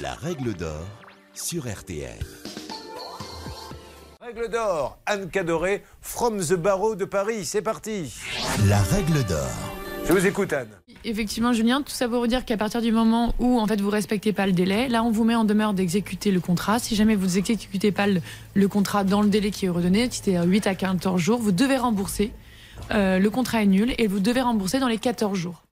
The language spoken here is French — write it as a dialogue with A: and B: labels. A: La règle d'or sur RTL.
B: Règle d'or, Anne Cadoré, From the Barreau de Paris, c'est parti.
A: La règle d'or.
B: Je vous écoute Anne.
C: Effectivement, Julien, tout ça pour vous dire qu'à partir du moment où en fait vous respectez pas le délai, là on vous met en demeure d'exécuter le contrat. Si jamais vous n'exécutez pas le, le contrat dans le délai qui est redonné, c'est-à-dire 8 à 14 jours, vous devez rembourser. Euh, le contrat est nul et vous devez rembourser dans les 14 jours.